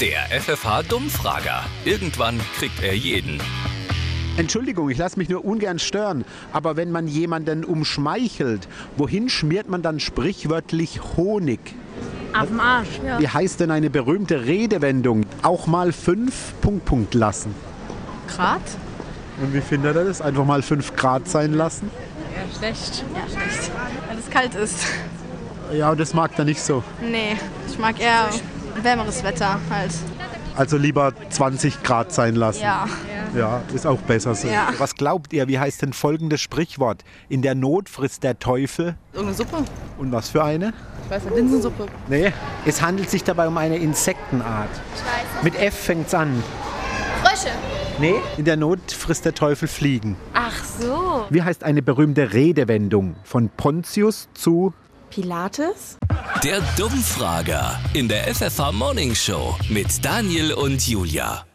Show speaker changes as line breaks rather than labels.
Der FFH-Dummfrager. Irgendwann kriegt er jeden.
Entschuldigung, ich lasse mich nur ungern stören, aber wenn man jemanden umschmeichelt, wohin schmiert man dann sprichwörtlich Honig?
Auf dem Arsch, ja.
Wie heißt denn eine berühmte Redewendung? Auch mal fünf Punkt Punkt lassen.
Grad?
Und wie findet er das? Einfach mal fünf Grad sein lassen?
Ja, schlecht. Ja, schlecht. Weil es kalt ist.
Ja, das mag er nicht so.
Nee, ich mag eher wärmeres Wetter halt.
Also lieber 20 Grad sein lassen.
Ja.
Ja, ist auch besser so.
Ja.
Was glaubt ihr, wie heißt denn folgendes Sprichwort? In der Not frisst der Teufel.
Irgendeine Suppe?
Und was für eine?
Ich weiß nicht, Linsensuppe.
Nee, es handelt sich dabei um eine Insektenart. Mit F fängt's an.
Frösche.
Nee, in der Not frisst der Teufel Fliegen.
Ach so.
Wie heißt eine berühmte Redewendung von Pontius zu
Pilates?
Der Dummfrager in der FFH Morning Show mit Daniel und Julia.